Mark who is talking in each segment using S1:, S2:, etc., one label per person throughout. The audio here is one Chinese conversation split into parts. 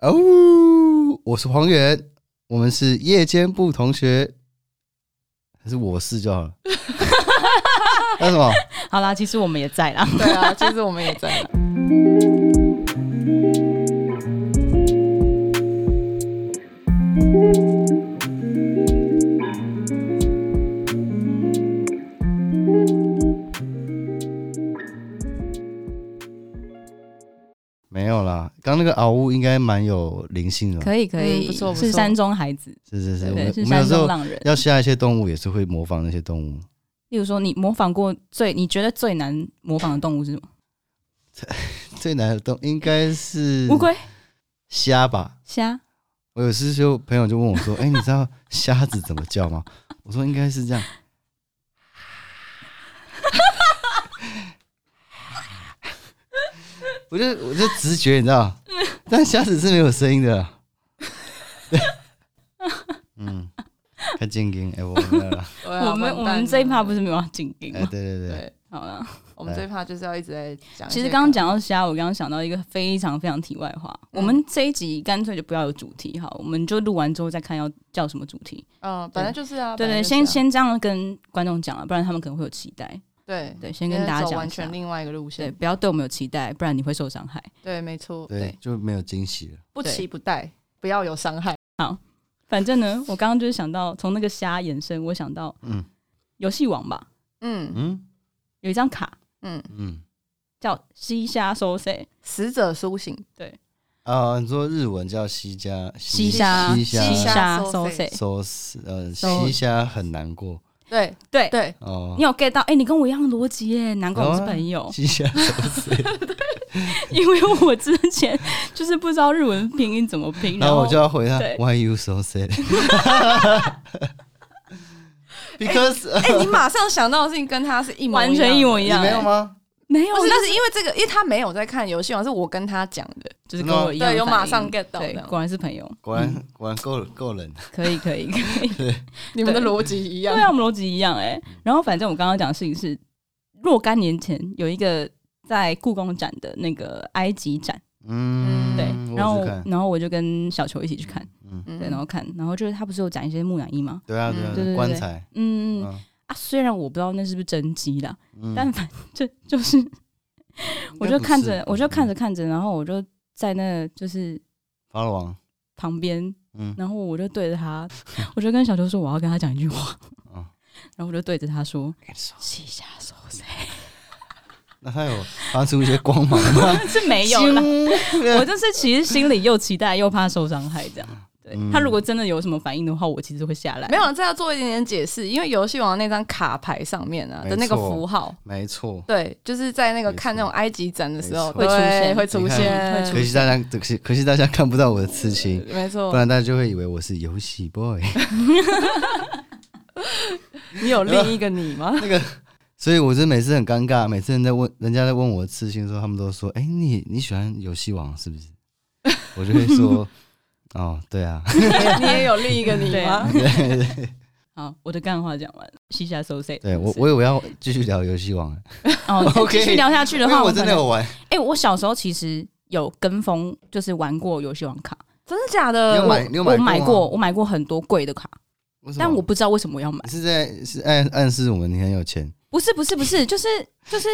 S1: 哦，我是黄源，我们是夜间部同学，还是我是就好了。 那什么？
S2: 好啦，其实我们也在啦。
S3: 对啊，其实我们也在。
S1: 没有啦，刚那个嗷呜应该蛮有灵性的吧，
S2: 可以可以，
S3: 嗯不错不错
S2: 是山中孩子，
S1: 是是是，
S2: 对
S1: 我们我
S2: 对，是
S1: 们有
S2: 山
S1: 时
S2: 中
S1: 候
S2: 浪人。
S1: 要下一些动物也是会模仿那些动物。
S2: 例如说，你模仿过最你觉得最难模仿的动物是什么？
S1: 最难的动应该是
S2: 乌龟、
S1: 虾吧？
S2: 虾。
S1: 我有时就朋友就问我说：“哎、你知道虾子怎么叫吗？”我说：“应该是这样。”我就我就直觉，你知道，但虾子是没有声音的。啊嗯，看静音，哎、我明白了。
S3: 对啊
S2: 我们
S3: 完蛋了
S2: 我们这一趴不是没有要紧盯
S1: 哎、
S2: 吗？
S1: 对对哎对，
S3: 对，
S2: 好了，
S3: 我们这一趴就是要一直在讲一些。
S2: 其实刚刚讲到虾，我刚刚想到一个非常非常题外话，我们这一集干脆就不要有主题好，我们就录完之后再看要叫什么主题。
S3: 嗯，本来就是啊，
S2: 对
S3: 本
S2: 对，
S3: 来就是啊
S2: 先先这样跟观众讲了，不然他们可能会有期待。
S3: 对
S2: 对，先跟大家
S3: 走
S2: 讲
S3: 完
S2: 一下
S3: 全，另外一个
S2: 对，
S3: 路线。
S2: 不要对我们有期待，不然你会受伤害。
S3: 对，没错，
S1: 对，
S3: 对，
S1: 就没有惊喜了。
S3: 不期不待，不要有伤害。
S2: 反正呢，我刚刚就是想到从那个虾延伸，我想到
S1: 嗯
S2: 游戏王吧，
S3: 嗯
S1: 嗯
S2: 有一张卡
S3: 嗯，
S1: 嗯，
S2: 叫西虾收 C，
S3: 死者苏醒，
S1: 啊，你说日文叫西加
S2: 西虾
S1: 西
S3: 西
S1: 虾
S3: 虾
S2: 虾收
S3: 收
S2: C，
S3: C
S1: 收拾呃
S2: 收
S1: 西虾很难过
S3: 对
S2: 对。
S3: 对，
S1: 哦
S2: 你。有 get 到？哎、你跟我一样的逻辑耶，难怪我们是
S1: 哦
S2: 朋
S3: 啊
S2: 友，
S1: 西虾收拾，
S2: 因为我之前就是不知道日文拼音怎么拼，
S1: 然后我就要回他
S2: 对
S1: ，Why you so sad？Because 呃
S3: 哎，你马上想到的事情跟他是一模
S2: 完全一
S3: 样的。
S2: 模一
S1: 你
S2: 样，哎
S1: 没有吗？
S2: 没有，
S3: 不是，
S2: 那
S3: 就是因为这个，因为他没有在看游戏王，是我跟他讲的。
S2: 就是跟我一样的反应，
S3: 对有马上 get 到
S2: 对
S3: 这样
S2: 果然是朋友，
S1: 果然果然够够冷，
S2: 可以，可以， 可以，
S3: 你们的逻辑一样
S2: 对啊，我们逻辑一样哎、然后反正我刚刚讲的事情是，若干年前有一个在故宫展的那个埃及展，
S1: 嗯，
S2: 对，
S1: 我
S2: 然后
S1: 有去
S2: 我
S1: 看，
S2: 然后我就跟小球一起去看，
S1: 嗯，
S2: 对，然后看，然后就是他不是有展一些木乃伊吗？
S1: 对啊
S3: 嗯
S2: 对
S1: 对
S2: 对
S1: 啊，棺材，
S2: 嗯
S1: 嗯
S2: 啊，虽然我不知道那是不是真机啦，
S1: 嗯
S2: 但反正就是我就看着，我就看，
S1: 应该不是嗯
S2: 着看着，然后我就在那就是
S1: 法老王，
S2: 旁边，
S1: 嗯
S2: 然后我就对着他，我就跟小球说我要跟他讲一句话，
S1: 哦
S2: 然后我就对着他说啊
S1: It's so-：“
S2: 西夏收谁
S1: 那他有发出一些光芒吗？？”
S2: 是 没有啦，
S1: 啦
S2: 我就是其实心里又期待又怕受伤害这样。对
S1: 嗯
S2: 他如果真的有什么反应的话，我其实会下来。
S3: 没有，这要做一点点解释，因为游戏王那张卡牌上面啊
S1: 没
S3: 的那个
S1: 错
S3: 符号，
S1: 没错，
S3: 对，就是在那个看
S1: 没
S3: 那
S1: 错
S3: 种埃及展的时候
S1: 没错
S3: 对
S2: 会
S1: 你
S2: 出现
S3: 会出
S1: 看
S3: 现，
S2: 会出
S1: 可惜大家可惜可惜大家看不到我的刺青，
S3: 没错
S1: 不，然大家就会以为我是游戏 boy。
S3: 你有另一个你吗？
S1: 那个，所以我是每次很尴尬，每次人在问人家在问我的刺青的时候，他们都说：“哎、你你喜欢游戏王是不是？”我就会说：“哦，对啊，
S3: 你也有另一个你
S2: 对啊
S3: 吗？
S2: 好，我的干话讲完了，啊西夏收谁？
S1: 对我我以为要继续聊游戏 王，
S2: 哦，继
S1: OK
S2: 续聊下去
S1: 因
S2: 的
S1: 为
S2: 话，
S1: 我真的
S2: 可能
S1: 有玩，
S2: 哎、我小时候其实有跟风，就是玩过游戏王卡。
S3: 真的假
S1: 你有
S3: 的？
S1: 买你有买
S2: 我买
S1: 吗
S2: 过，我买过很多贵的卡，
S1: 为什么
S2: 但我不知道为什么要买
S1: 你。是在是暗暗示我们你很有钱。
S2: 不是不是不是，就是就是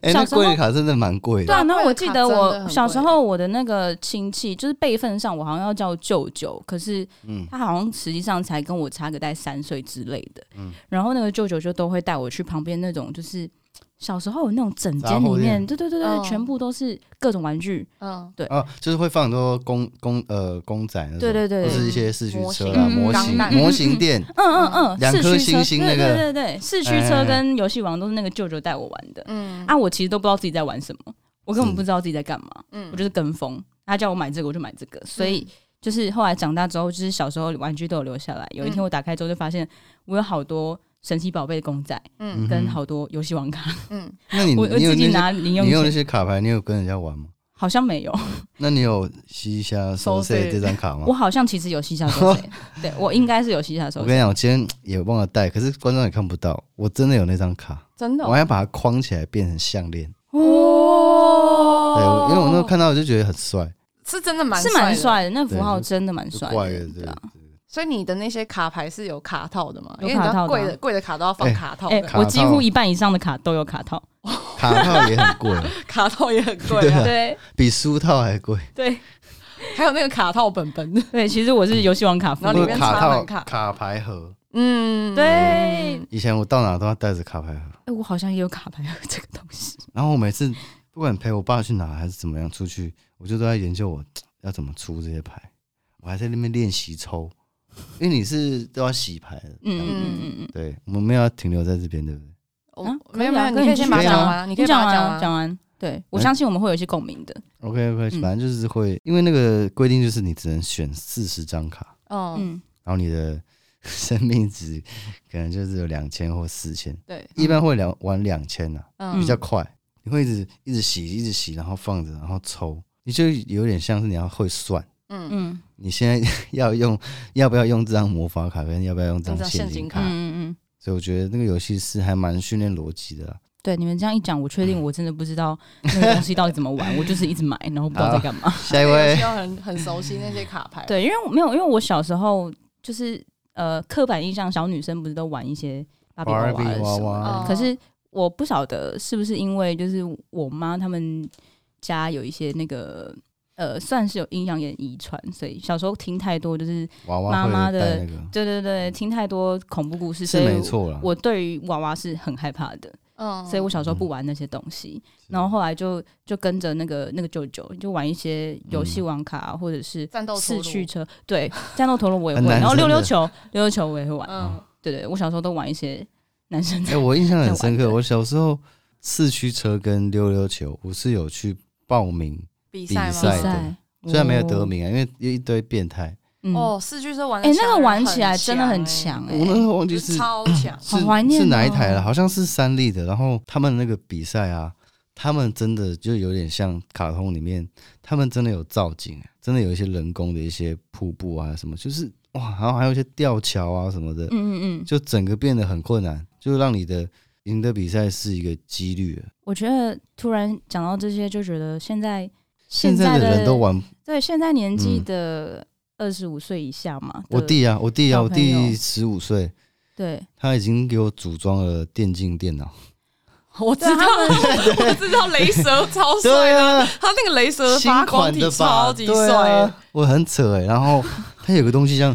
S1: 哎、
S2: 小
S1: 那
S2: 时候
S1: 贵的卡真的蛮贵
S2: 对
S1: 的，
S2: 啊。然后我记得
S3: 贵的卡真的很
S2: 我
S3: 贵
S2: 小时候我的那个亲戚，就是辈分上我好像要叫舅舅，可是
S1: 嗯
S2: 他好像实际上才跟我差个大概三岁之类的。
S1: 嗯
S2: 然后那个舅舅就都会带我去旁边那种，就是小时候有那种整
S1: 杂
S2: 间
S1: 货
S2: 里
S1: 店
S2: 面，对对对对，
S3: 哦
S2: 全部都是各种玩具，
S3: 嗯，
S1: 哦，就是会放很多公公呃公仔那种，
S2: 对对对
S1: 或
S2: 对
S1: 是一些四驱
S3: 模
S1: 车
S3: 型
S1: 啊
S2: 嗯
S1: 模
S2: 钢
S1: 型
S3: 弹
S1: 模型店，
S2: 嗯嗯嗯，
S1: 哦两
S2: 四
S1: 颗
S2: 驱车，
S1: 星星
S2: 对
S1: 那个哎
S2: 对对对，四驱车跟游戏王都是那个舅舅带我玩的。
S3: 嗯
S2: 啊，我其实都不知道自己在玩什么，我根本
S1: 是
S2: 不知道自己在干嘛，
S3: 嗯
S2: 我就是跟风，他叫我买这个我就买这个，所以。就是后来长大之后，就是小时候玩具都有留下来。有一天
S3: 嗯
S2: 我打开之后，就发现我有好多神奇宝贝的公仔，
S3: 嗯
S2: 跟
S1: 嗯哼
S2: 好多游戏王卡。
S3: 嗯，
S1: 那你
S2: 我我
S1: 你有
S2: 自己
S1: 那些
S2: 拿零用
S1: 你有那
S2: 钱，
S1: 些卡牌，你有跟人家玩吗？
S2: 好像没有。
S1: 那你有西夏收
S3: 收费
S1: 费这张卡吗
S2: 我？好像其实有西夏 收费，对我应该是有西夏
S1: 我
S2: 收
S1: 跟
S2: 费。
S1: 你讲，我今天也忘了带，可是观众也看不到，我真的有那张卡，
S3: 真的
S1: 我
S3: 哦
S1: 还把它框起来变成项链。
S2: 哦，
S1: 对，我因为我那时候
S3: 哦，
S1: 看到我就觉得很帅，
S3: 是真的蛮
S2: 是蛮
S3: 的。
S2: 帅的，那
S1: 对
S2: 符号真的蛮
S1: 就
S2: 帅
S1: 怪了，
S2: 的，
S1: 对
S2: 啊。
S3: 所以你的那些卡牌是有卡套的吗？
S2: 有
S3: 因为你知
S2: 卡套的
S3: 道
S2: 啊
S3: 贵的贵的卡都要放
S1: 哎
S3: 卡套
S2: 哎
S3: 的，，
S1: 卡
S2: 我几
S1: 套
S2: 乎一半以上的卡都有卡套，
S1: 卡套也很 贵，
S3: 卡套也很贵
S1: 对
S3: 啊
S1: 啊。
S2: 对
S1: 比书套还贵。
S2: 对
S3: 还有那个卡套本本，
S2: 对，其实我是游戏王卡夫
S3: 然，后里面
S1: 卡
S3: 插
S1: 套
S3: 满卡
S1: 牌盒，
S3: 嗯，
S2: 对，
S1: 以前我到哪都要带着卡牌盒，
S2: 哎，我好像也有卡牌这个东西，
S1: 然后我每次不管陪我爸去哪还是怎么样出去，我就都在研究我要怎么出这些牌，我还在那边练习抽，因为你是都要洗牌的，
S2: 嗯
S1: 嗯，
S2: 嗯嗯嗯
S1: 对，我们没有要停留在这边，对不对？
S3: 我
S2: 啊
S3: 哦没有
S2: 可以
S3: 没
S2: 啊
S3: 有，
S2: 可以
S3: 你可以
S2: 继
S3: 先
S2: 续
S3: 把它
S1: 讲
S3: 讲
S1: 啊
S3: 完，你
S2: 嗯，
S3: 可以把
S2: 讲
S3: 它
S2: 完
S3: 讲
S2: 讲
S3: 完。
S2: 完，对我
S1: 嗯
S2: 相信我们会有一些共鸣的，
S1: OK OK，反
S2: 嗯
S1: 正就是会，因为那个规定就是你只能选四十张卡，
S3: 嗯，
S2: 嗯，
S1: 然后你 的生命值可能就是有两千或四千，
S3: 对，
S1: 一般会两玩两千呐，
S3: 嗯
S1: 比较快，你会一直一直洗，一直洗，然后放着，然后抽，你就有点像是你要会算，
S3: 嗯
S2: 嗯
S1: 你现在 要用要不要用这张魔法卡，跟要不要用这
S3: 用
S1: 张
S3: 这张
S1: 现
S3: 现
S1: 金
S3: 金
S2: 嗯
S1: 卡，
S2: 嗯嗯，
S1: 所以我觉得那个游戏是还蛮训练逻辑的啊 啦。
S2: 对，你们这样一讲，我确定我真的不知道那个东西到底怎么玩，我就是一直买，然后不知道在干嘛。
S1: 下一
S3: 游
S1: 位
S3: 戏，要很很熟悉那些卡牌，
S2: 对，因为我没有，因为我小时候就是呃，刻板印象，小女生不是都玩一些芭比娃娃的
S1: Barbie 娃娃
S2: 什么的可是我不晓得是不是因为就是我妈他们家有一些那个呃，算是有阴阳眼遗传，所以小时候听太多，就是
S1: 娃娃
S2: 妈
S1: 会
S2: 妈的
S1: 带那个
S2: 对对对，听太多恐怖故事，所
S1: 是
S2: 以
S1: 没错啊啦，
S2: 我对于娃娃是很害怕的，
S3: 嗯
S2: 所以我小时候不玩那些东西。
S1: 是
S2: 然后后来就就跟着那个那个舅舅，就玩一些游
S1: 嗯
S2: 戏王卡、啊或者是
S3: 战斗陀
S2: 四
S3: 螺
S2: 驱车，对，战斗陀螺我也
S1: 很
S2: 会，
S1: 男
S2: 然后
S1: 生
S2: 溜溜
S1: 的
S2: 球，溜溜球我也会玩，
S1: 哦
S3: 嗯
S2: 对对，我小时候都玩一些男生
S1: 哎、
S2: 的，
S1: 我印 象很深
S2: 在玩
S1: 刻，
S2: 的
S1: 我小时候四驱车跟溜溜球，我是有去报名，
S3: 比
S1: 比
S3: 赛吗？
S1: 赛的
S2: 赛，
S1: 虽然没有
S2: 哦
S1: 得名啊，因为有一堆变态，
S2: 嗯，
S3: 哦，四驱车玩，
S2: 哎、那个玩起来真的很，强哎、
S1: 我那时候忘
S3: 欸
S1: 记
S3: 就是
S1: 是
S3: 超强
S1: 。是
S2: 好怀念哦
S1: 是哪一台了，好像是三立的。然后他们那个比赛啊，他们真的就有点像卡通里面，他们真的有造景，啊真的有一些人工的一些瀑布啊什么，就是哇，然后还有一些吊桥啊什么的，
S2: 嗯嗯嗯，
S1: 就整个变得很困难，就让你的赢得比赛是一个几率了。
S2: 我觉得突然讲到这些，就觉得现在
S1: 现在的人都玩
S2: 对现在年纪
S1: 嗯
S2: 的二十五岁以下嘛，
S1: 我
S2: 的
S1: 弟啊，我弟啊，
S2: 小
S1: 我
S2: 朋友
S1: 弟十五岁，
S2: 对，
S1: 他已经给我组装了电竞电 脑。
S3: 我知
S2: 对
S3: 道
S2: 他，们
S3: 啊 我知道雷蛇超帅，
S1: 对啊，
S3: 他那个雷蛇
S1: 新
S3: 发光
S1: 款
S3: 体
S1: 的吧？
S3: 超级帅
S1: 对
S3: 的，
S1: 啊，我很扯哎、然后他有个东西像，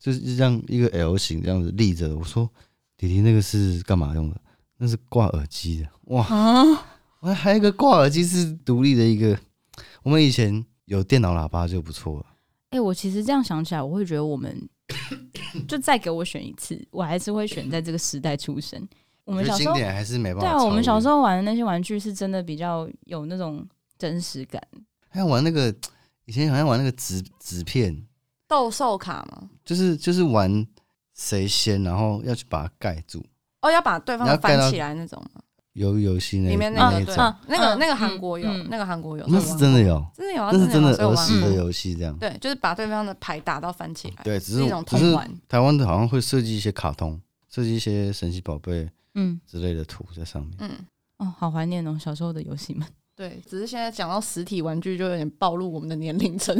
S1: 就是这样一个 L 型这样子立着的。我说：“弟弟，那个是干嘛用的？那是挂耳机的。”哇，
S2: 嗯哦
S3: 啊，
S1: 我还有一个挂耳机是独立的一个。我们以前有电脑喇叭就不错了。
S2: 哎、我其实这样想起来，我会觉得我 们就再给我选一次，我还是会选在这个时代出生。我
S1: 我
S2: 们
S1: 觉
S2: 小
S1: 得
S2: 时
S1: 经
S2: 候，
S1: 典还是没办
S2: 对
S1: 法。
S2: 啊，我们小时，候玩的那些玩具是真的比较有那种真实感。
S1: 还有玩那个，以前好像玩那个纸纸片，
S3: 斗兽卡吗？
S1: 就是就是玩谁先，然后要去把它盖住。
S3: 哦，要把对
S1: 你要
S3: 方
S1: 盖到
S3: 翻起来那种吗？
S1: 游游戏那
S3: 里面那
S1: 那
S3: 个
S1: 一
S3: 对
S1: 种，
S2: 啊
S3: 那个
S2: 嗯
S3: 那个韩国有
S2: 嗯，
S3: 那个韩国有，
S1: 那是真的有，
S3: 真的有啊，
S1: 那是真的
S3: 有啊所以我
S1: 儿
S3: 玩
S1: 时的
S2: 过
S1: 游戏这样。
S3: 对，就是把对方的牌打到翻
S2: 嗯
S3: 起来，
S1: 对，只
S3: 是一
S1: 是
S3: 种
S1: 只
S3: 通
S1: 是
S3: 玩。
S1: 台湾的好像会设计一些卡通，设计一些神奇宝贝
S2: 嗯，
S1: 之类的图在上面。
S3: 嗯，
S2: 哦，好怀念哦，小时候的游戏们。
S3: 对，只是现在讲到实体玩具，就有点暴露我们的年龄层。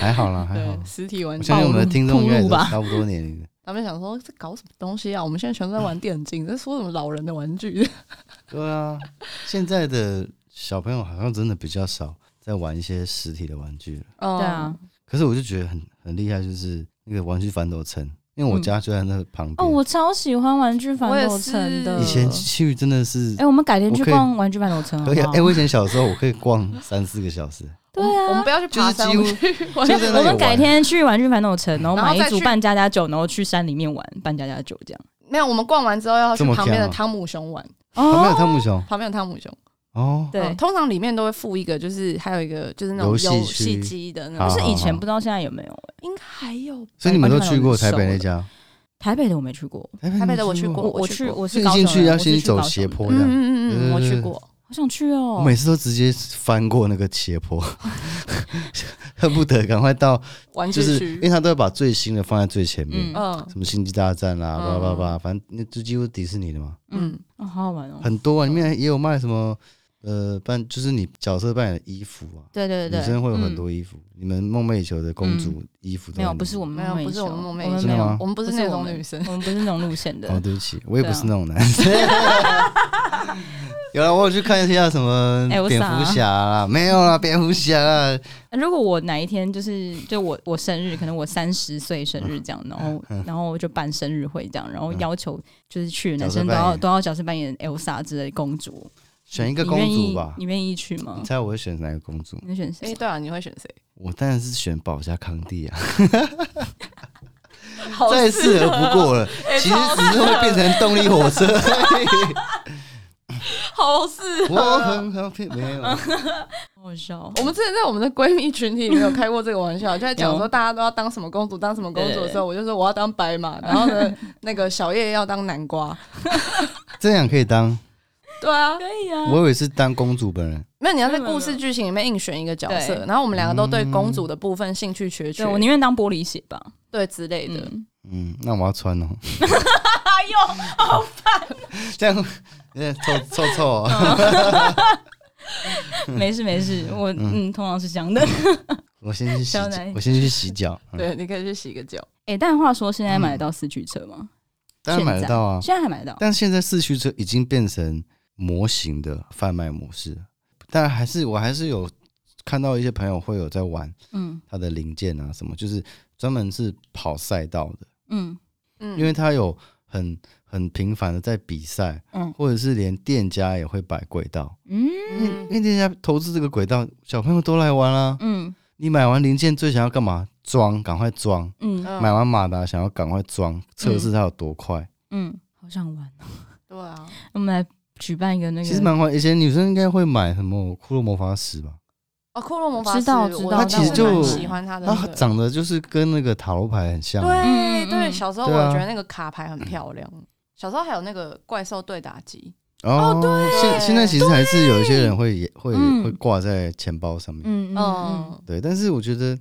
S1: 还好啦，还好
S3: 对
S1: 啦。，
S3: 实体玩
S1: 我
S3: 具，
S1: 相信我们的听众应该也
S2: 暴露
S1: 都
S2: 吧
S1: 差不多年龄的。
S3: 他们想说这搞什么东西啊？我们现在全都在玩 电竞，在说什么老人的玩具？
S1: 对啊，现在的小朋友好像真的比较少在玩一些实体的玩具了。
S3: 对
S2: 对啊，，
S1: 可是我就觉得很很厉害，就是那个玩具反斗城，因为我
S2: 嗯
S1: 家就在那旁
S2: 哦，
S1: 边。
S2: 我超喜欢玩具反
S3: 我也
S2: 斗城的。
S3: 是
S1: 以前去真的是
S2: 嗯哎、哦我们改天
S1: 我
S2: 去
S1: 可以
S2: 逛玩具反斗城好
S1: 可以
S2: 不
S1: 啊，
S2: 好？
S1: 哎、我以前小时候我可以逛三四个小时，
S2: 对啊，
S3: 我们不要去爬山，我们去玩
S1: 就是
S2: 我们改天去玩具反斗城，然后
S3: 然后
S2: 买一
S3: 再
S2: 组
S3: 去
S2: 扮家家酒，然后去山里面玩扮家家酒这样。
S3: 没有，我们逛完之后要去
S1: 这么
S3: 旁边的
S1: 强啊
S3: 汤姆熊玩，
S1: 旁边有
S2: 哦，
S1: 汤姆熊
S3: 旁边的汤姆熊。
S1: 哦，
S2: 对
S3: 嗯，通常里面都会附一个，就是还有一个就是那种
S1: 游戏
S3: 游
S1: 区
S3: 戏机的那
S1: 啊好
S2: 不
S3: 种，
S2: 是以前不知道现在有没有、欸
S3: 应该还有。
S1: 所以你们都去过台北那家，
S2: 台哦北的我没去过，
S1: 台北
S3: 台
S1: 台
S3: 北的我去过
S2: 我我
S3: 我
S2: 去
S3: 去过
S2: 我
S1: 所
S2: 是
S1: 以
S2: 高
S1: 你
S2: 雄
S1: 进去
S2: 人
S1: 要
S2: 我是
S1: 先
S2: 高
S1: 走
S2: 雄
S1: 斜
S2: 的
S1: 坡
S3: 嗯
S1: 这样，
S3: 嗯嗯嗯，我去过。
S2: 好想去哦、
S1: 我每次都直接翻过那个斜坡，恨不得赶快到，
S3: 玩具
S1: 就是因为
S3: 区，
S1: 他都要把最新的放在最前面，
S2: 嗯
S3: 嗯
S1: 什么星际大战啊啦，叭
S3: 嗯
S1: 叭叭，反正那就几乎迪士尼的嘛，
S2: 嗯
S3: 嗯，
S2: 哦，好好玩哦、
S1: 很多啊，里面也有卖什么呃扮就是你角色扮演的衣服啊，
S2: 对对对，
S1: 女生会有很
S2: 嗯
S1: 多衣服，你们梦寐以求的公主衣服都在
S2: 没有，
S1: 里
S2: 不是
S1: 面
S2: 我们
S3: 没有
S2: 梦寐
S3: 不是
S2: 以
S3: 我
S2: 求
S3: 们
S2: 我
S3: 梦寐以
S2: 们
S1: 求
S2: 没有
S1: 真的吗
S3: 我们不是
S2: 不是
S3: 那
S2: 我
S3: 种
S2: 们
S3: 女生，
S2: 我们不是那种路线的
S1: 哦，，对不起，我也不
S2: 对啊
S1: 是那种男生。 有了，我有去看一下什么
S2: 哎我
S1: 蝙
S2: 傻啊
S1: 蝠侠啦，没有 啦，蝙蝠侠啦，
S2: 那如果我哪一天就是就我我生日，可能我三十岁生日这样，然后
S1: 嗯
S2: 然后我就办生日会这样，然后要求就是去的男生
S1: 角色
S2: 都
S1: 扮
S2: 要
S1: 演
S2: 都要角色扮演 Elsa 之类的公主，
S1: 选一个
S2: 你
S1: 公
S2: 愿
S1: 主
S2: 意
S1: 吧。嗯
S2: 你愿意去吗
S1: 你？猜我会选哪个公主？
S2: 你会选谁
S3: 哎，？对啊，你会选谁？
S1: 我当然是选保加康帝 啊，
S3: 好
S1: 再适合不过了。
S2: 哎
S1: 其实只是会变成动力火车而 已。
S3: 好事。
S1: 我很好骗，没有啦
S2: 好笑，
S3: 我们之前在我们的闺蜜群体里面有开过这个玩笑，就在讲说
S2: 有
S3: 大家都要当什么公主，当什么公主的时候，我就说我要当白马，然后 呢，那个小叶要当南瓜。
S1: 这样可以当。
S3: 对啊，
S2: 可以啊
S1: 我以为是当公主本人，
S3: 那你要在故事剧情里面硬选一个角色，
S2: 对
S3: 然后我们两个都
S1: 嗯
S3: 对公主的部分兴趣缺缺
S2: 对，我宁愿当玻璃鞋吧。
S3: 对之类的。
S2: 嗯，
S1: 嗯，那我要穿哦，
S2: 哎呦，
S1: 这样 有点臭臭臭哦。
S2: 嗯没事没事，我嗯，通常是这样的。
S1: 我先去洗
S2: 小
S1: 脚
S2: 奶，
S1: 我先去洗脚。嗯
S3: 对，你可以去洗个脚。
S2: 哎，但话说，现在买得到四驱车吗？
S1: 当然买得到啊，
S2: 现在还买得到？
S1: 嗯但现在四驱车已经变成模型的贩卖模式了，但还是我还是有看到一些朋友会有在玩
S2: 嗯
S1: 它的零件啊什么，就是专门是跑赛道的，
S2: 嗯
S3: 嗯，
S1: 因为它有很很频繁的在比赛，
S2: 嗯
S1: 或者是连店家也会摆轨道，
S2: 嗯
S1: 因为店家投资这个轨道，小朋友都来玩啊。
S2: 嗯
S1: 你买完零件最想要干嘛？装，赶快装。
S2: 嗯
S1: 买完马达想要赶快装，测试它有多快。
S2: 嗯，好想玩。
S3: 对啊，
S2: 我们来举办一个那个，
S1: 其实蛮好，以前女生应该会买什么骷髅魔法石吧？
S3: 哦，骷髅魔法
S2: 知
S3: 师
S2: 道
S3: 我
S2: 知
S3: 我
S2: 道
S3: 蛮
S1: 它其实就
S3: 喜欢他的
S2: 嗯
S3: 那
S1: 它
S3: 个。
S1: 长得就是跟那个塔罗牌很像啊，
S3: 对
S2: 嗯嗯
S3: 对，
S2: 嗯
S3: 小时候我
S1: 对啊
S3: 觉得那个卡牌很漂亮。小时候还有那个怪兽对打机，
S1: 哦，对。现现在其实还是有一些人会也会
S2: 嗯
S1: 会挂在钱包上面，
S2: 嗯嗯嗯，
S3: 嗯，
S1: 对。但是我觉得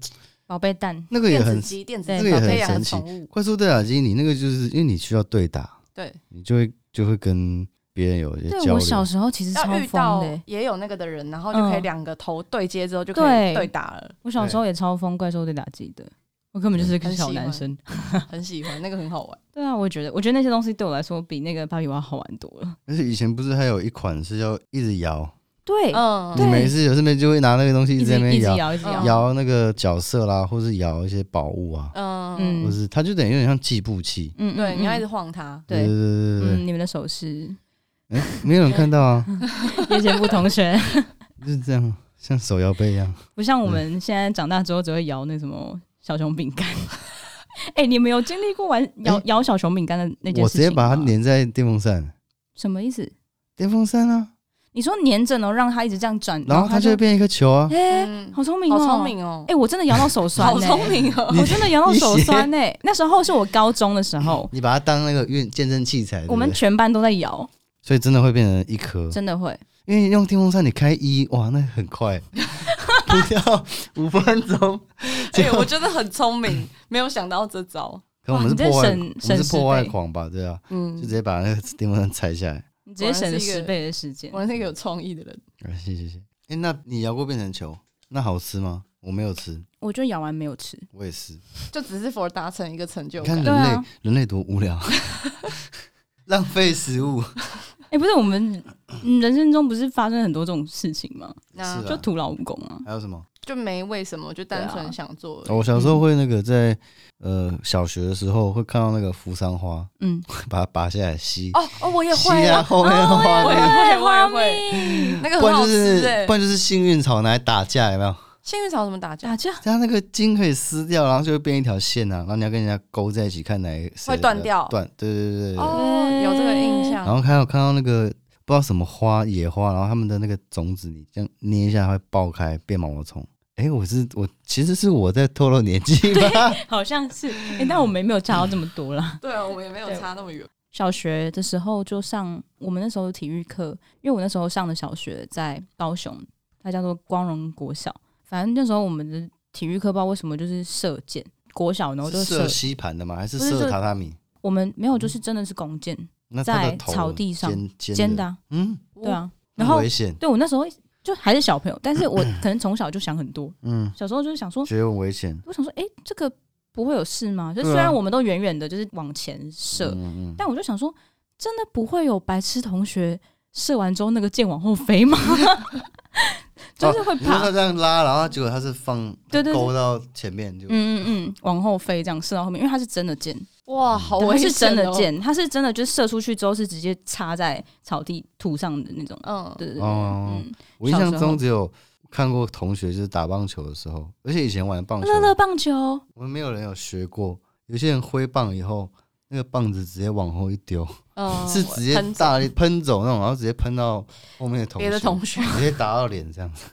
S2: 宝贝蛋，
S1: 那个也
S3: 电子
S1: 很
S3: 机、电子
S2: 对
S3: 机
S1: 这个也
S3: 可以
S1: 很
S3: 养
S1: 神奇
S3: 宠物，
S1: 快速对打机，你那个就是因为你需要对打，
S3: 对，
S1: 你就会就会跟别人有一些
S2: 对
S1: 交
S2: 我
S1: 流。
S2: 小时候其实超
S3: 要遇
S2: 疯
S3: 到
S2: 的欸，
S3: 也有那个的人，然后就可以
S2: 嗯
S3: 两个头对接之后就可
S2: 对
S3: 以对打了，
S2: 我小时候也超疯怪兽对打机的，我根本
S1: 嗯
S2: 就是个
S3: 很
S2: 小
S3: 喜
S2: 男
S3: 欢
S2: 生。
S3: 很喜欢，那个很好玩。
S2: 对啊，我觉得，我觉得那些东西对我来说比那个芭比娃娃好玩多了。
S1: 而且以前不是还有一款是要一直摇，
S2: 对，哦
S3: 嗯，
S1: 你
S2: 对
S1: 没事有事没事就会拿那个东西
S2: 一
S1: 直在
S2: 直
S1: 那
S2: 一
S1: 边摇
S2: 直摇，一直
S3: 嗯
S2: 摇。
S1: 摇那个角色啦，或是摇一些宝物啊，
S3: 嗯
S2: 嗯
S1: 或是它就等于有点像计步器。
S2: 嗯，
S3: 对，
S2: 嗯
S3: 你要一
S2: 嗯
S3: 直晃它，
S1: 对
S2: 对，
S1: 对对对对
S2: 嗯，你们的手势，
S1: 对，哎没有人看到啊，
S2: 叶贤不同学，
S1: 就是这样，像手摇杯一样。
S2: 不像我们现在长大之后只会摇那什么小熊饼干。 哎，你们有经历过玩摇
S1: 哎
S2: 摇小熊饼干的那件
S1: 我
S2: 事
S1: 直
S2: 情吗？
S1: 接把它粘在电风扇，
S2: 什么意思？
S1: 电风扇啊，
S2: 你说粘着，然后让它一直这样转，
S1: 然后它
S2: 它
S1: 就会变一个球啊。
S2: 哎、
S3: 嗯
S2: 好聪明哦，
S3: 好聪，明哦
S2: 哎、，我真的摇到手酸、
S3: 好
S2: 欸，
S3: 聪 明哦，
S2: 我真的摇到手酸哎、那时候是我高中的时候，
S1: 你把它当那个运健身器材，对不对
S2: 我们全班都在摇，
S1: 所以真的会变成一颗，
S2: 真的会。
S1: 因为用电风扇你开一，哇，那很 快，不要五分钟。
S3: 哎，我觉得很聪明，没有想到这招，
S1: 可能我们是
S2: 哇你这
S1: 破坏，我
S2: 省
S1: 们
S2: 省
S1: 是
S2: 时
S1: 破坏
S2: 倍
S1: 狂吧？对啊，就直
S3: 嗯，
S1: 接把那个电风扇拆下来。
S2: 你直接省
S3: 果
S2: 了
S3: 然是一个
S2: 十倍的时间
S3: 我，是一个有创意的人，
S1: 啊，谢谢谢。哎，那你摇过变成球，那好吃吗？我没有吃，
S2: 我就摇完没有吃，
S1: 我也是。
S3: 就只是 for 达成一个成就
S1: 你
S3: 感
S1: 看。人
S2: 对
S1: 类，
S2: 啊
S1: 人类多无 聊，浪费食物。
S2: 哎、不是我们嗯人生中不是发生很多这种事情吗？
S3: 那
S1: 是啊
S2: 就徒劳无功啊，
S1: 还有什么？
S3: 就没为什么，就单
S2: 对啊
S3: 纯想做。
S1: 哦我小时候会那个在呃小学的时候会看到那个扶桑花，
S2: 嗯，
S1: 把它拔下来吸，
S3: 哦哦，我也
S1: 吸
S3: 会
S1: 啊
S3: 啊，
S1: 后面的花
S3: 我也
S1: 蜜。
S3: 会，我也
S2: 花
S3: 会，
S2: 蜜
S3: 那个
S1: 不
S3: 很
S1: 然
S3: 好
S1: 就
S3: 吃
S1: 是
S3: 哎
S1: 不。然就是幸运草拿来打架，有没有？
S3: 幸运草怎么打架
S2: 打？架
S1: 它那个筋可以撕掉，然后就会变一条线啊，然后你要跟人家勾在一起，看哪一个谁
S3: 会断
S1: 的
S3: 掉
S1: 断，对对对对对。
S3: 哦，有这个印
S2: 嗯
S1: 然
S3: 象。
S1: 后看到看到那个不知道什么花野花，然后它们的那个种子，你这样捏一下它会爆开变毛毛虫。哎，我是我其实是我在透露年 纪吧？
S2: 好像是，哎、但我们没有差到这么多啦。
S3: 对啊，我们也没有
S2: 对
S3: 差那么远。
S2: 小学的时候就上我们那时候体育课，因为我那时候上的小学在高雄，它叫做光荣国小。反正那时候我们的体育课不知道为什么就是射箭，国小然后就是射
S1: 射，吸盘的吗？还是
S2: 不是
S1: 射
S2: 就
S1: 榻榻米？
S2: 我们没有就是真的是弓箭
S1: 那它的
S2: 在
S1: 头
S2: 草地上
S1: 尖尖
S2: 尖的
S1: 的，
S2: 啊、
S1: 嗯，
S3: 哦
S2: 对啊。然后
S1: 危险，
S2: 对我那时候就还是小朋友，但是我可能从小就想很多，
S1: 嗯，
S2: 小时候就是想说，
S1: 觉得很危险。
S2: 我想说，诶，这个不会有事吗？就
S1: 对啊
S2: 虽然我们都远远的，就是往前射，
S1: 嗯嗯
S2: 但我就想说，真的不会有白痴同学射完之后那个箭往后飞吗？ 就是会
S1: 哦你说
S2: 怕，
S1: 他这样拉，然后结果他是放
S2: 对对对
S1: 勾到前面就，
S2: 嗯嗯嗯，往后飞这样射到后面，因为它是真的箭，
S3: 哇，好
S2: 它
S3: 危险、
S2: 是
S3: 哦！
S2: 真的，箭，它是真的，就是射出去之后是直接插在草地土上的那种，啊
S3: 嗯，
S2: 对对对，
S1: 哦
S2: 嗯，
S1: 我印象
S2: 小时候
S1: 中只有看过同学就是打棒球的时候，而且以前玩棒球，
S2: 乐乐棒球，
S1: 我们没有人有学过，有些人挥棒以后，那个棒子直接往后一丢，
S2: 哦
S3: 嗯，
S1: 是直接
S3: 喷
S1: 大力喷走那种，然后直接喷到后面的同
S3: 别的
S1: 学，
S3: 同学，
S1: 直接打到脸这样子。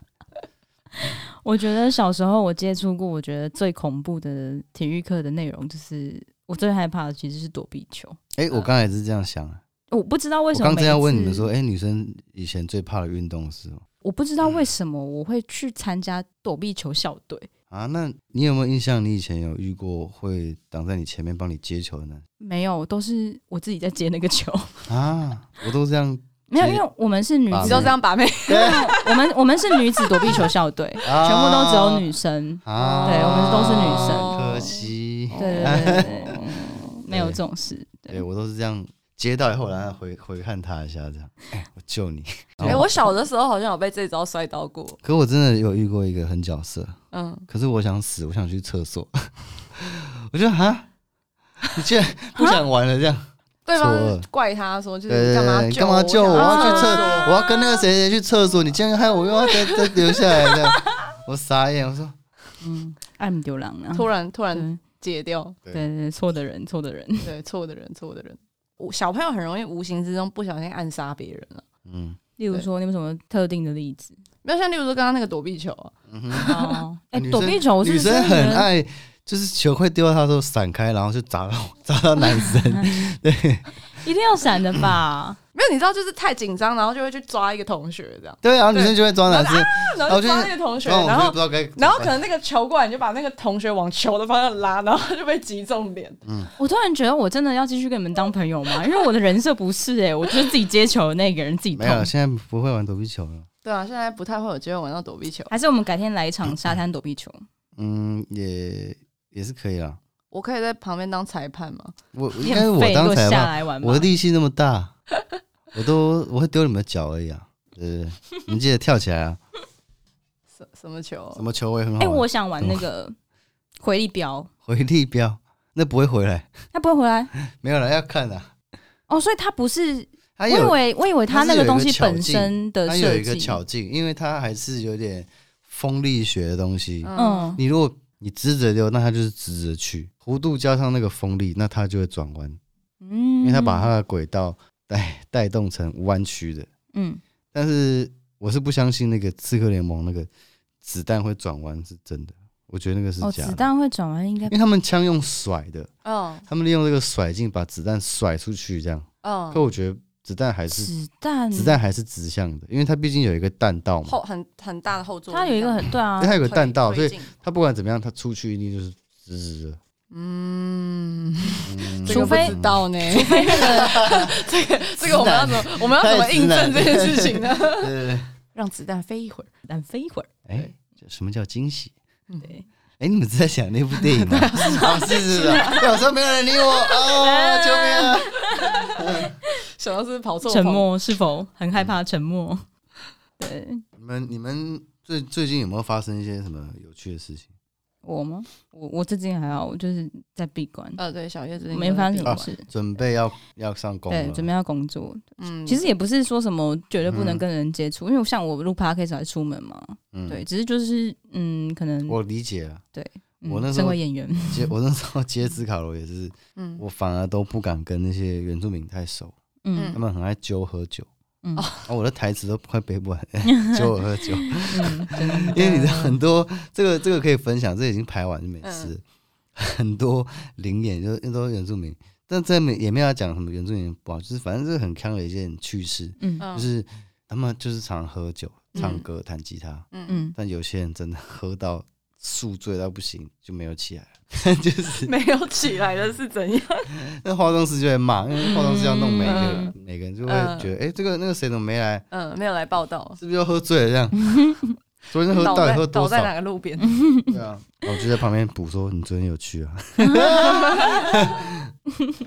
S2: 我觉得小时候我接触过，我觉得最恐怖的体育课的内容就是，我最害怕的其实是躲避球。
S1: 哎、我刚才也是这样想啊，
S2: 我不知道为
S1: 我
S2: 什么
S1: 刚
S2: 每
S1: 正
S2: 一次，
S1: 要问你们说，哎、女生以前最怕的运动是什么
S2: 我不知道为什么我会去参加躲避球校队。
S1: 啊？那你有没有印象？你以前有遇过会挡在你前面帮你接球的男
S2: 没有，都是我自己在接那个 球。
S1: 生啊？我都这 样
S2: 没有，
S1: 接
S2: 因为我们是女
S1: 把
S3: 你
S2: 子
S1: 妹
S3: 就，这样 把妹，
S2: 我们我们是女子躲避球校队，
S1: 啊
S2: 全部都只有女生。
S1: 啊，
S2: 对我们都是女生
S1: 可惜，
S2: 对对对对
S1: 哦
S2: 对， 没有这种事。
S1: 对我都是这样接到以后，然后回回看他一下，这样，哎、我救 你。
S3: 哎、我小的时候好像有被这招摔到过，
S1: 可我真的有遇过一个很角色，
S3: 嗯，
S1: 可是我想死，我想去厕所， 我觉得哈，你居 然不想玩了这样？
S3: 对
S1: 错
S3: 方
S1: 愕
S3: 怪他说 就
S1: 对对
S3: 是干嘛
S1: 对，你干嘛救我？啊
S3: 我
S1: 我
S3: 想
S1: 要去
S3: 上
S1: 厕，
S3: 厕
S1: 我要跟那个谁谁去厕所，你竟然害我又要再再留下来这样， 我傻眼，我说
S2: 嗯，爱慕丢狼啊
S3: 所， 突然突然
S2: 对
S3: 解掉，
S2: 对对对，错的人，错的人。
S3: 对，错的人，错的人。我小朋友很容易无形之中不小心暗杀别人了，
S1: 嗯，
S2: 例如
S3: 对
S2: 说，你们有什么特定的例子？
S3: 没有像例如说刚刚那个躲避球啊，
S2: 哦，
S1: 啊
S2: 哎、
S1: 女生
S2: 躲避球我是
S1: 嗯女生
S2: 真的觉得
S1: 很爱。就是球快丢到她的时候闪开，然后就砸到砸到男生。
S2: 一定要闪的吧？
S3: 没有你知道就是太紧张，然后就会去抓一个同学这样，
S1: 对啊，女生就会抓男生，
S3: 然后就抓那个同学，
S1: 抓我
S3: 然
S1: 就
S3: 后
S1: 不知道该怎么办。
S3: 然后可能那个球过来，你就把那个同学往球的方向拉，然后就被击中脸。
S2: 我突然觉得我真的要继续跟你们当朋友吗？因为我的人设不是哎、我就是自己接球的那个人自己
S1: 没
S2: 痛。
S1: 有，现在不会玩躲避球了。
S3: 对啊，现在不太会有机会玩到躲避球。
S2: 还是我们改天来一场沙滩躲避球？
S1: 嗯，也也是可以啦。我
S3: 我可以在旁边当裁判吗？
S1: 我
S2: 你
S1: 应该是
S2: 很
S1: 我
S2: 废，
S1: 当
S2: 都
S1: 裁
S2: 下
S1: 判，
S2: 来玩吧
S1: 我的。力气那么 大，我都我会丢你们的脚而已啊。对对对，你们记得跳起来 啊！
S3: 什什么球
S1: 什？么球我也很
S2: 哎、
S1: 好玩，
S2: 我想玩那个回力镖，
S1: 回力镖那不会回来，
S2: 他不会回来
S1: 没有了要看的。
S2: 哦，所以他不是，
S1: 它
S2: 我
S1: 有
S2: 以为我以为他那东西本身的
S1: 它有
S2: 设
S1: 一个
S2: 计，
S1: 巧劲，因为它还是有点风力学的东西。
S3: 嗯，
S2: 嗯，
S1: 你如果你直着溜，那它就是直着去，弧度加上那个风力，那它就会转弯，
S2: 嗯，
S1: 因为它把它的轨道带带动成弯曲的。
S2: 嗯，
S1: 但是我是不相信那个《刺客联盟》那个子弹会转弯是真的，我觉得那个是
S2: 哦，
S1: 假
S2: 子
S1: 的，
S2: 弹会转弯，应该
S1: 因为他们枪用甩的，
S3: 嗯
S1: 他们利用这个甩劲把子弹甩出去，这样。可
S2: 哦
S3: 嗯，
S1: 我觉得子弹还是
S2: 子弹
S1: 子弹还是直向的，因为它毕竟有一个弹道嘛，
S3: 后很很大的后座，
S2: 它有一个很对啊
S1: 因为，它有个
S3: 推
S1: 弹道，所
S3: 推
S1: 以
S3: 进
S1: 它不管怎么样，它出去一定就是直直的。
S3: 嗯，
S1: 嗯
S3: 这个
S2: 除非
S3: 不知道 呢，
S2: 非那个
S3: 这个我们要怎么我们要怎么印证这件事情呢？
S1: 对 对对，
S3: 让子弹飞一会儿，
S2: 子弹飞一会儿，
S1: 哎，这什么叫惊喜？
S2: 对，
S1: 哎，你们是在想那部电影吗？ 啊，是是是，我说没有人理我哦，救命啊！
S3: 想到是跑错
S2: 沉
S3: 房，
S2: 默是否很害怕沉默？对
S1: 你们你们最最近有没有发生一些什么有趣的事情？
S2: 我吗？我我最近还好，我就是在闭关，
S3: 呃，对，小叶子
S2: 没发生什么
S1: 啊
S2: 事。
S1: 准备要要上工
S2: 对
S1: 了，，
S2: 准备要工作。
S3: 嗯，
S2: 其实也不是说什么绝对不能跟人接触，因为像我录 podcast 还出门嘛，
S1: 嗯
S2: 对，，只是就是嗯，可能
S1: 我理解了。
S2: 嗯
S1: 我那时候
S2: 身为演员，
S1: 接 我那时候接斯卡罗也是，
S3: 嗯
S1: 我反而都不敢跟那些原住民太熟，
S2: 嗯
S1: 他们很爱揪喝酒。
S2: 嗯
S1: 啊，我的台词都快背 不完，揪我喝酒，
S2: 嗯，真的
S1: 因为你知道很多这个这个可以分享，这已经排完就没事。
S2: 嗯
S1: 很多灵眼就是都是原住民，但这没也没有要讲什么原住民不好，就是反正这是很康的一件趣事。
S2: 嗯
S3: 嗯
S1: 就是他们就是常喝酒、唱
S3: 嗯
S1: 歌、弹吉他，
S3: 嗯
S2: 嗯
S1: 但有些人真的喝到宿醉到不行，就没有起来了，就是
S3: 没有起来的是怎样？
S1: 那化妆师就会骂，因为化妆师要弄每个人，
S2: 嗯
S1: 每个人就会觉得，哎、这个那个谁怎么没来？
S3: 嗯，没有来报道，
S1: 是不是又喝醉了？这样， 昨天喝
S3: 倒
S1: 到底
S3: 在
S1: 喝
S3: 倒
S1: 多
S3: 在
S1: 少
S3: 哪？个路边？
S2: 嗯
S1: 对啊，我就在旁边补说，你昨天有去 啊？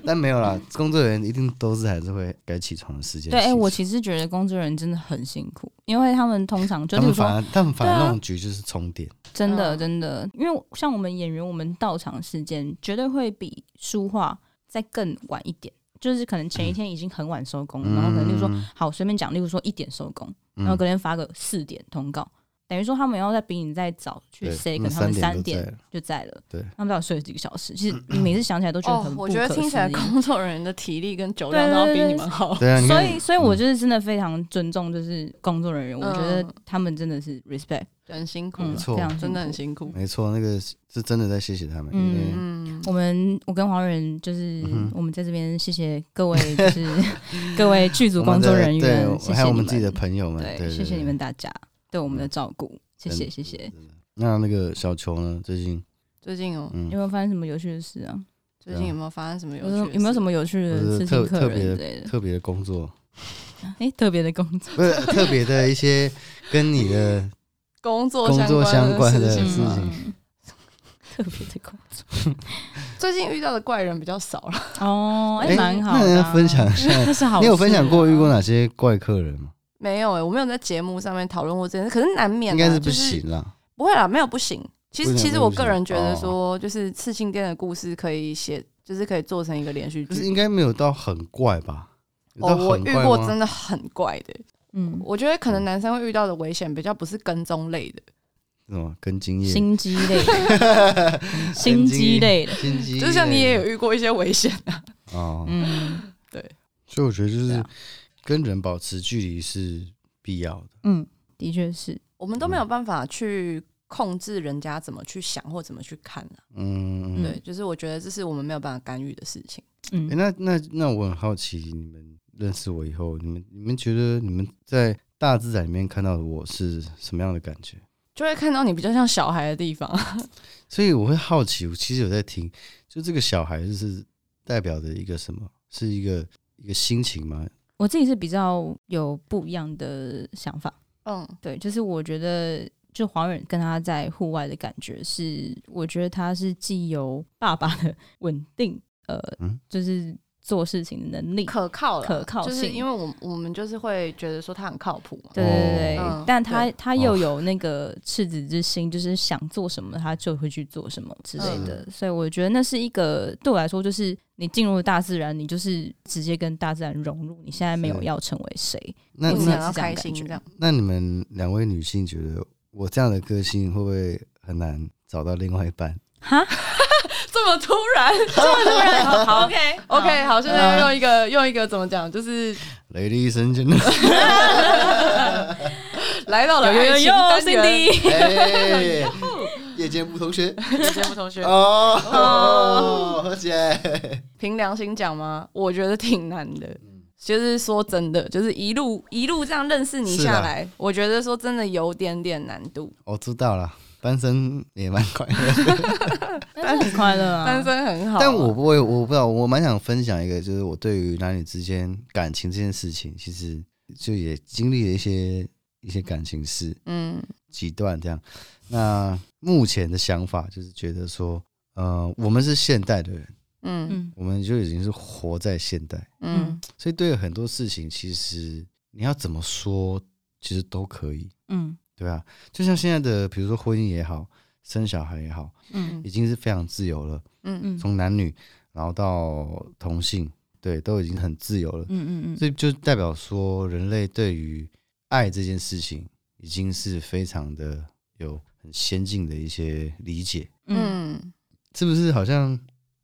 S1: 但没有啦，工作人员一定都是还是会该起床的时间起
S2: 对，
S1: 床。
S2: 哎、我其实觉得工作人员真的很辛苦，因为他们通常就
S1: 他
S2: 比如
S1: 们
S2: 说
S1: 反而他们反而
S2: 对啊
S1: 那种局就是充电，
S2: 真的
S3: 嗯
S2: 真的，因为像我们演员，我们到场时间绝对会比书画再更晚一点，就是可能前一天已经很晚收工，然后可能就说
S1: 嗯
S2: 好随便讲，例如说一点收工，
S1: 嗯
S2: 然后隔天发个四点通告，等于说他们要再比你再早去
S1: 对
S2: say，
S1: 他
S2: 可
S1: 们
S2: 能他们
S1: 3
S2: 三
S1: 点就在
S2: 点就在了，
S1: 对，
S2: 他们到底睡了几个小时？其实你每次想起来都觉得
S3: 哦
S2: 很，不
S3: 我
S2: 可思
S3: 觉
S2: 议。
S3: 得听起来工作人员的体力跟酒量
S2: 对
S3: 都要比
S2: 对对
S3: 你 们好。
S1: 对啊，你
S2: 所
S1: 看
S2: 以，所以我就是真的非常尊重，就是工作人员，我觉得
S3: 嗯
S2: 他们真的是 respect，
S3: 很辛苦，
S2: 嗯，
S1: 没错
S2: 非常辛苦
S3: 真的很辛苦。
S1: 没错，那个是是真的在谢谢他们，
S2: 嗯
S1: 因为
S3: 嗯，
S2: 我们我跟黄仁就是、
S1: 嗯哼
S2: 我们在这边谢谢各位，就是 各位剧组
S1: 我们
S2: 工
S1: 的
S2: 作人员，谢
S1: 对，
S2: 谢
S1: 还有我
S2: 你
S1: 们自己的朋友们，
S2: 对，
S1: 对，
S2: 谢谢
S1: 对嗯
S2: 你们。大家对我们的照顾，谢
S1: 真
S2: 谢
S1: 的
S2: 谢谢。
S1: 那那个小球呢？最近，
S3: 最近哦，
S1: 嗯
S2: 有，没有发生什么有趣的事啊？
S3: 最近有没有发生什么有
S2: 有
S3: 趣
S2: 什
S3: 的
S2: 么
S3: 事？
S2: 有没有什么有趣的事情、
S1: 或者是特
S2: 客人之类的？
S1: 特别的工作，
S2: 哎，特别的工作，
S1: 不 是特别的一些跟你的
S3: 工作
S1: 工作相关的
S3: 的
S1: 事
S3: 情吗？
S1: 情
S2: 嗯特别的工作
S3: 最近遇到的怪人比较少了，
S2: 哦，哎，
S1: 诶
S2: 蛮好
S1: 那
S2: 的
S1: 你
S2: 啊
S1: 要分享，一下，
S2: 那是好事啊。
S1: 你有分享过遇过哪些怪客人吗？
S3: 没有哎、我没有在节目上面讨论过这件事，可是难免啊
S1: 应该是不
S3: 就是
S1: 行啦，
S3: 不会啦，没有不行。其实
S1: 为什么
S3: 其实
S1: 没有
S3: 我
S1: 不行哦
S3: 个人觉得说，就是刺青店的故事可以写，就是可以做成一个连续
S1: 就是
S3: 剧。
S1: 应该没有到很怪吧？有到
S3: 哦，我
S1: 很
S3: 遇
S1: 怪
S3: 过
S1: 吗
S3: 真的很怪的，
S2: 嗯，
S3: 我觉得可能男生会遇到的危险比较不是跟踪类的，
S1: 什么跟经验，
S2: 心机类 的，心机类的，
S1: 心机，
S3: 就像你也有遇过一些危险啊。
S1: 哦，
S2: 嗯
S1: 所以我觉得就
S2: 对
S1: 是
S2: 啊
S1: 跟人保持距离是必要的。
S2: 嗯，的确是。
S3: 我们都没有办法去控制人家怎么去想或怎么去看啊。
S1: 嗯，
S2: 嗯
S3: 对，就是我觉得这是我们没有办法干预的事情。
S2: 嗯
S1: 诶，那那那我很好奇，你们认识我以后，你们你们觉得你们在大自然里面看到的我是什么样的感觉？
S3: 就会看到你比较像小孩的 地方，
S1: 所以我会好奇，我其实有在听，就这个小孩就是代表着一个什么？是一个一个心情吗？
S2: 我自己是比较有不一样的想法，
S3: 嗯，
S2: 对，就是我觉得就黄远跟他在户外的感觉是，我觉得他是既有爸爸的稳定，呃，
S1: 嗯
S2: 就是做事情的能力，
S3: 可靠啦
S2: 可靠性
S3: 就是因为我我们就是会觉得说他很靠谱嘛。
S2: 对对对，
S3: 哦嗯
S2: 但他
S3: 对
S2: 他又有那个赤子之心，就是想做什么他就会去做什么之类
S3: 嗯
S2: 的，所以我觉得那是一个对我来说，就是你进入大自然，你就是直接跟大自然融入，你现在没有
S1: 是
S2: 要成为谁，
S1: 那
S2: 我
S3: 你
S1: 那
S3: 想要开心
S2: 是这
S3: 这
S2: 样
S3: 样，
S1: 那你们两位女性觉得我这样的个性会不会很难找到另外一半？
S2: 哈，
S3: 这么突然
S2: 好好，OK
S3: ，OK，好，现
S1: 嗯
S3: 在要用一个用一个怎么讲，就是
S1: 雷厉声真的，
S3: 来到了
S2: 有有
S3: 爱
S2: 有
S3: 情单元。
S2: ，Cindy，
S1: 哎，夜间部同学
S3: 节目同学，
S1: 哦，哦何姐，
S3: 凭良心讲吗？我觉得挺难的。
S1: 嗯
S3: 就是说真的，就是一路一路这样认识你
S1: 是啊
S3: 下来，我觉得说真的有点点难度。
S1: 哦我知道了，单身也蛮快乐。
S2: 但 是很快乐啊，
S3: 单身很好啊，
S1: 但我不会，我不知道，我蛮想分享一个，就是我对于男女之间感情这件事情，其实就也经历了一些一些感情事
S3: 嗯
S1: 几段这样。那目前的想法就是觉得说，呃，我们是现代的人，
S3: 嗯
S2: 嗯
S1: 我们就已经是活在现代，
S3: 嗯
S1: 所以对很多事情，其实你要怎么说，其实都可以，
S2: 嗯
S1: 对吧、就像现在的，比如说婚姻也好，生小孩也好，
S2: 嗯
S1: 已经是非常自由了。
S3: 嗯
S2: 嗯
S1: 从男女，然后到同性，对，都已经很自由了。
S2: 嗯嗯嗯，
S1: 这就代表说，人类对于爱这件事情，已经是非常的有很先进的一些理解，
S2: 嗯，
S3: 嗯，
S1: 是不是？好像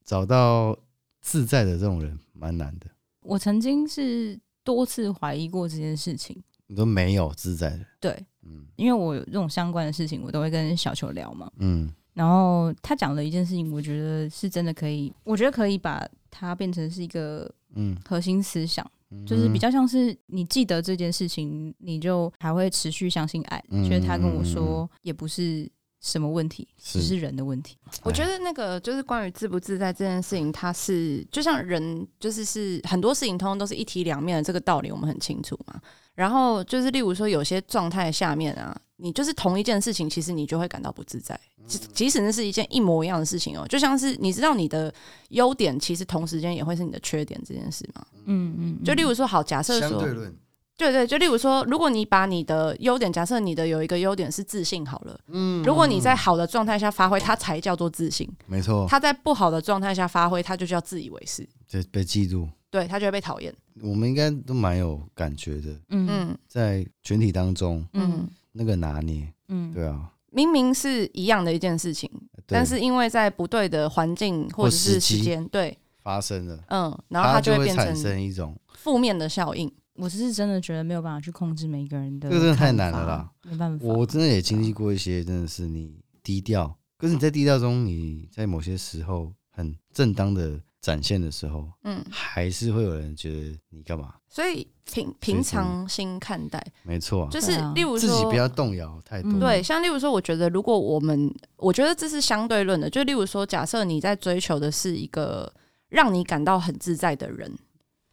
S1: 找到自在的这种人蛮难的，
S2: 我曾经是多次怀疑过这件事情，
S1: 你都没有自在的，
S2: 对，
S1: 嗯
S2: 因为我有这种相关的事情，我都会跟小球聊嘛，
S1: 嗯
S2: 然后他讲了一件事情，我觉得是真的可以，我觉得可以把它变成是一个
S1: 嗯，
S2: 核心思想，
S1: 嗯
S2: 就是比较像是你记得这件事情，你就还会持续相信爱。
S1: 嗯
S2: 就是他跟我说，也不是什么问题，
S1: 是
S2: 只是人的问题。
S3: 我
S1: 哎
S3: 觉得那个就是关于自不自在这件事情，它是就像人，就是是很多事情通通都是一体两面的这个道理，我们很清楚嘛。然后就是例如说，有些状态下面啊，你就是同一件事情，其实你就会感到不自在，即即使那是一件一模一样的事情哦，就像是你知道你的优点，其实同时间也会是你的缺点这件事嘛。
S2: 嗯嗯，
S3: 就例如说，好，假设说，
S1: 论，
S3: 对对，就例如说，如果你把你的优点，假设你的有一个优点是自信好了，嗯，如果你在好的状态下发挥，它才叫做自信；
S1: 没错，
S3: 它在不好的状态下发挥，它就叫自以为是，
S1: 就被记住。
S3: 对，它就会被讨厌。
S1: 我们应该都蛮有感觉的，
S2: 嗯
S3: 嗯
S1: 在群体当中
S3: 嗯
S2: 嗯，
S1: 那个拿捏，
S2: 嗯，
S1: 对啊，
S3: 明明是一样的一件事情，
S1: 对
S3: 但是因为在不对的环境或者
S1: 或时
S3: 是
S1: 机
S3: 时间，对，
S1: 发生了，
S3: 嗯，然后它
S1: 就
S3: 会变
S1: 产
S3: 成
S1: 生一种，
S3: 负面的效应。
S2: 我只是真的觉得没有办法去控制每一个人的，
S1: 这个真的太难了啦，
S2: 没办法。
S1: 我真的也经历过一些，真的是你低调，可是你在低调中，你在某些时候很正当的展现的时候，
S3: 嗯，
S1: 还是会有人觉得你干嘛？
S3: 所以平平常心看待，
S1: 没错啊，
S3: 就是
S2: 对啊
S3: 例如说，
S1: 自己不要动摇太多。
S2: 嗯
S3: 对，像例如说，我觉得如果我们，我觉得这是相对论的。就例如说，假设你在追求的是一个让你感到很自在的人，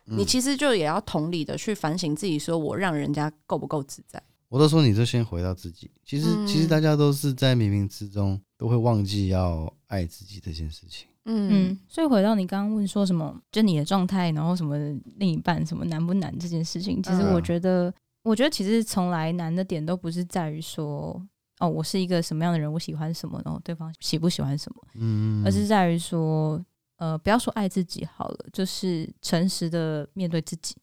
S1: 嗯
S3: 你其实就也要同理的去反省自己，说我让人家够不够自在？
S1: 我都说你就先回到自己。其实，
S3: 嗯
S1: 其实大家都是在冥冥之中都会忘记要爱自己这件事情。
S3: 嗯
S2: 嗯，所以回到你刚刚问说什么，就你的状态，然后什么另一半什么难不难这件事情，其实
S1: 嗯
S2: 我觉得，我觉得其实从来难的点都不是在于说，哦，我是一个什么样的人，我喜欢什么，然后对方喜不喜欢什么，
S1: 嗯，
S2: 而是在于说，呃，不要说爱自己好了，就是诚实的面对自己，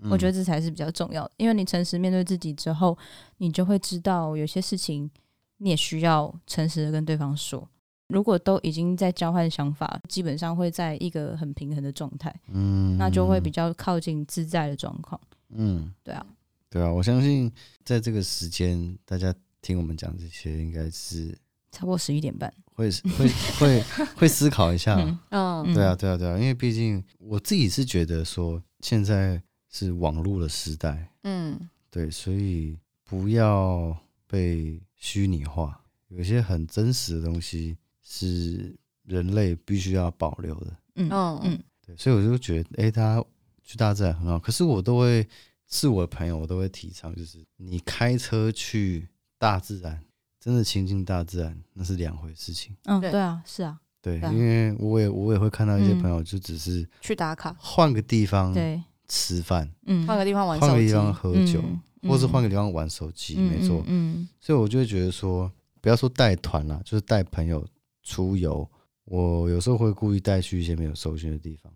S1: 嗯
S2: 我觉得这才是比较重要的，因为你诚实面对自己之后，你就会知道有些事情你也需要诚实的跟对方说。如果都已经在交换想法，基本上会在一个很平衡的状态，
S1: 嗯
S2: 那就会比较靠近自在的状况。
S1: 嗯，
S2: 对啊，
S1: 对啊。我相信在这个时间，大家听我们讲这些，应该是
S2: 差不多十一点半。
S1: 会会会会思考一下。
S2: 嗯
S3: 嗯
S2: 嗯
S1: 对啊，对啊，对啊，因为毕竟我自己是觉得说，现在是网络的时代，
S3: 嗯
S1: 对，所以不要被虚拟化，有些很真实的东西是人类必须要保留的。
S2: 嗯
S3: 嗯嗯
S2: 嗯
S1: 对，所以我就觉得，哎、他去大自然很好。可是我都会，是我的朋友，我都会提倡，就是你开车去大自然，真的亲近大自然，那是两回事情。
S2: 嗯，
S3: 对
S2: 对啊，是啊，
S1: 对，
S2: 对啊
S1: 因为我也我也会看到一些
S2: 嗯
S1: 朋友，就只是
S3: 去打卡，
S1: 换个地方
S2: 对，
S1: 吃饭，
S2: 嗯，
S3: 换个地方玩
S1: 换
S3: 手
S1: 个地
S3: 机。
S1: 方嗯喝酒，
S2: 嗯
S1: 或是换个地方玩手机，
S2: 嗯
S1: 没错。
S2: 嗯
S1: 所以我就会觉得说，不要说带团啦，就是带朋友出游，我有时候会故意带去一些没有搜寻的地方。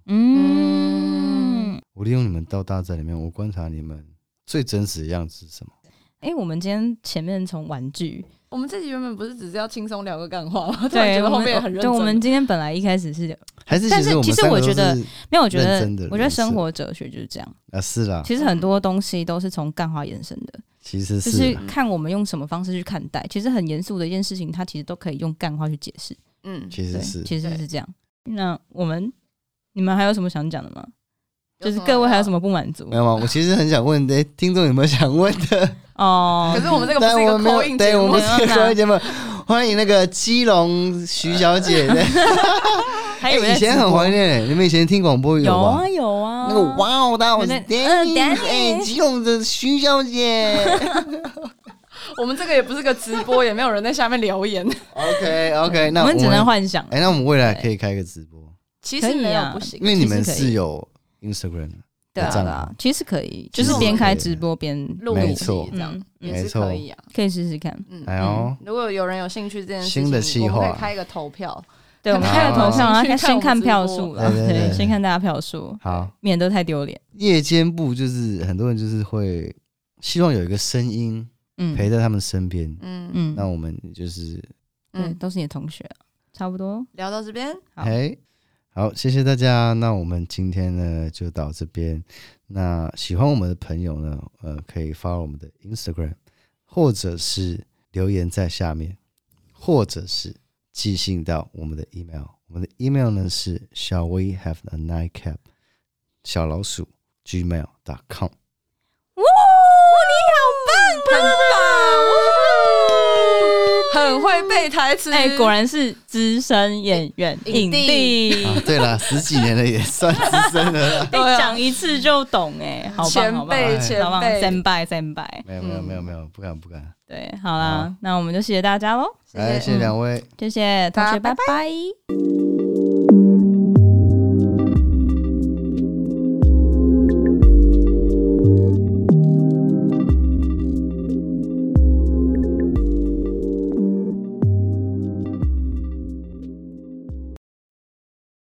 S2: 嗯。
S1: 我利用你们到大自然里面，我观察你们最真实的样子是什么。
S2: 哎、我们今天前面从玩具，
S3: 我们这集原本不是只是要轻松聊个干话 吗？突然
S2: 对，
S3: 觉得
S2: 我
S3: 后
S2: 们哦
S3: 面也很认
S2: 对，
S3: 真。
S2: 我们今天本来一开始是
S1: 还是
S2: 但是
S1: 实我
S2: 其
S1: 们
S2: 实
S1: 三个
S2: 我
S1: 都
S2: 觉得
S1: 是
S2: 没有，我觉
S1: 认
S2: 得
S1: 真的
S2: 我觉得
S1: 人设
S2: 生活哲学就是这样。
S1: 啊，嗯是啦，
S2: 其实很多东西都是从干话延伸的，
S1: 其实
S2: 就是是
S1: 啦
S2: 看我们用什么方式去看待。其实很严肃的一件事情，它其实都可以用干话去解释。
S3: 嗯，
S1: 其
S2: 对
S1: 实，是
S2: 其实
S3: 对
S2: 是这样。那我们，你们还有什么想讲的吗？
S3: 有
S2: 就
S3: 什
S2: 是
S3: 么
S2: 各位还有什
S3: 聊？
S2: 么不满足
S1: 没？有吗？啊我其实很想问，哎，听众有没有想问 的？
S2: 哦
S3: 可，是我们这个不
S1: 但
S3: 是一
S1: 我
S3: 个
S1: 们没
S3: 口音
S1: 有，
S3: 节
S1: 对，我
S3: 目
S1: 们
S2: 没有
S1: 是
S2: 啦
S1: 口音节目。欢迎那个基隆徐小 姐的，
S2: 还有人
S1: 哎以
S2: 哎在
S1: 前
S2: 直
S1: 很
S2: 播
S1: 怀念欸，你们以前听广播
S2: 有
S1: 吗
S2: 啊？有啊，
S1: 那个哇哦，大家好，我是
S2: 有点呃
S1: Danny，哎，
S2: Danny
S1: 基隆的徐小 姐。
S3: 我们这个也不是个直播，也没有人在下面 留言。
S1: OK OK，那
S2: 我
S1: 我
S2: 们只能幻想。啊
S1: 哎，那我们未来可以开一个直播，
S3: 其
S2: 可
S3: 实
S2: 以
S3: 没有
S2: 啊
S3: 不行
S1: 因，为你们
S2: 其实可
S1: 是
S2: 以
S1: 有 Instagram 的，
S2: 对啊，
S1: 这
S2: 对
S1: 样
S2: 啊，其实可以，就
S1: 其
S2: 是
S1: 实
S2: 边
S1: 可
S2: 开
S1: 以
S2: 直播边
S3: 录
S1: 没
S3: 一
S1: 错
S3: 集这样
S2: 嗯
S3: 也
S1: 没
S3: 是
S1: 错
S3: 可以啊。
S2: 可以试试看。
S3: 嗯，
S1: 哎呦，
S3: 如果有人有兴趣这件事情，
S1: 新的企划
S3: 我们可以开一个投票。
S2: 对，我们
S1: 好
S2: 开个投
S1: 哦
S2: 票，然后
S3: 去看
S2: 先
S3: 我们
S2: 看
S3: 直
S2: 票
S3: 播
S2: 数了，
S1: 对对对
S2: 对，
S1: 对
S2: 先看大家票数，
S1: 好。
S2: 免得太丢脸。
S1: 夜间部就是很多人就是会希望有一个声音
S2: 嗯，
S1: 陪在他们身边。
S3: 嗯嗯
S2: 嗯，
S1: 那我们就是
S2: 对，
S3: 嗯，
S2: 都是你的同学，差不多。
S3: 聊到这边，
S2: 好
S1: 哎，好，谢谢大家。那我们今天呢就到这边。那喜欢我们的朋友呢，呃，可以发我们的 Instagram，或者是留言在下面，或者是寄信到我们的 email。我们的 email 呢是 shall we have a nightcap 小老鼠 gmail.com。
S2: 哇，你好棒，很棒，
S3: 很会背台词。
S2: 哎、果然是资深演员
S3: 影
S2: 影
S3: 帝
S2: 帝，
S1: 啊，对了，十几年了也算资深了啦。
S2: 被
S3: 对啊
S2: 讲一次就懂哎、好棒好
S3: 前
S2: 棒，
S3: 辈
S1: 棒
S3: 前
S2: 好棒
S3: 辈，
S2: 先拜先拜，
S1: 没有没有没有没有，不敢不敢。
S2: 对，好啦，那我们就谢谢大家喽，
S3: 谢谢
S1: 来，谢谢两位。
S2: 谢谢同
S3: 大
S2: 学，
S3: 家拜
S2: 拜拜